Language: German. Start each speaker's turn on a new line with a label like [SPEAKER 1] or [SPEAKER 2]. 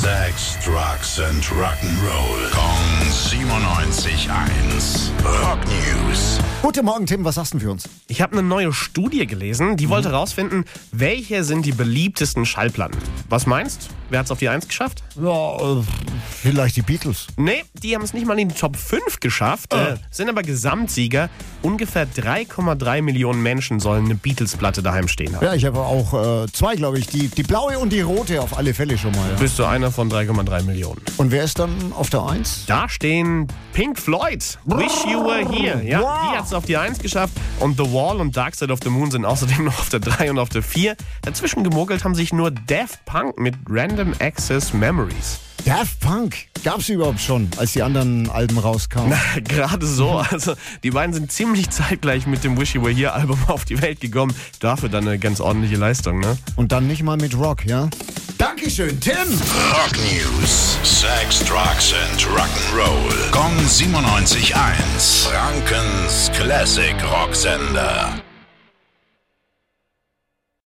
[SPEAKER 1] Sex, Drugs and Rock'n'Roll. Kong 97.1. Rock News.
[SPEAKER 2] Guten Morgen, Tim, was hast du denn für uns?
[SPEAKER 3] Ich habe eine neue Studie gelesen, die wollte herausfinden, welche sind die beliebtesten Schallplatten. Was meinst? Wer hat es auf die 1 geschafft?
[SPEAKER 2] Ja, äh, vielleicht die Beatles.
[SPEAKER 3] Nee, die haben es nicht mal in die Top 5 geschafft, äh, sind aber Gesamtsieger. Ungefähr 3,3 Millionen Menschen sollen eine Beatles-Platte daheim stehen haben.
[SPEAKER 2] Ja, ich habe auch äh, zwei, glaube ich. Die, die blaue und die rote auf alle Fälle schon mal. Ja.
[SPEAKER 3] Bist du einer von 3,3 Millionen?
[SPEAKER 2] Und wer ist dann auf der Eins?
[SPEAKER 3] Da stehen Pink Floyd, Wish You Were Here. Ja,
[SPEAKER 2] Wow.
[SPEAKER 3] die hat es auf die 1 geschafft. Und The Wall und Dark Side of the Moon sind außerdem noch auf der 3 und auf der 4. Dazwischen gemogelt haben sich nur Daft Punk mit Random Access Memories.
[SPEAKER 2] Daft Punk. Gab's überhaupt schon, als die anderen Alben rauskamen?
[SPEAKER 3] Gerade so. Also, die beiden sind ziemlich zeitgleich mit dem Wish You Were Here Album auf die Welt gekommen. Dafür dann eine ganz ordentliche Leistung, ne?
[SPEAKER 2] Und dann nicht mal mit Rock, ja? Dankeschön, Tim!
[SPEAKER 1] Rock News. Sex, Drugs and Rock'n'Roll. Kong 97.1. Frankens Classic Rocksender.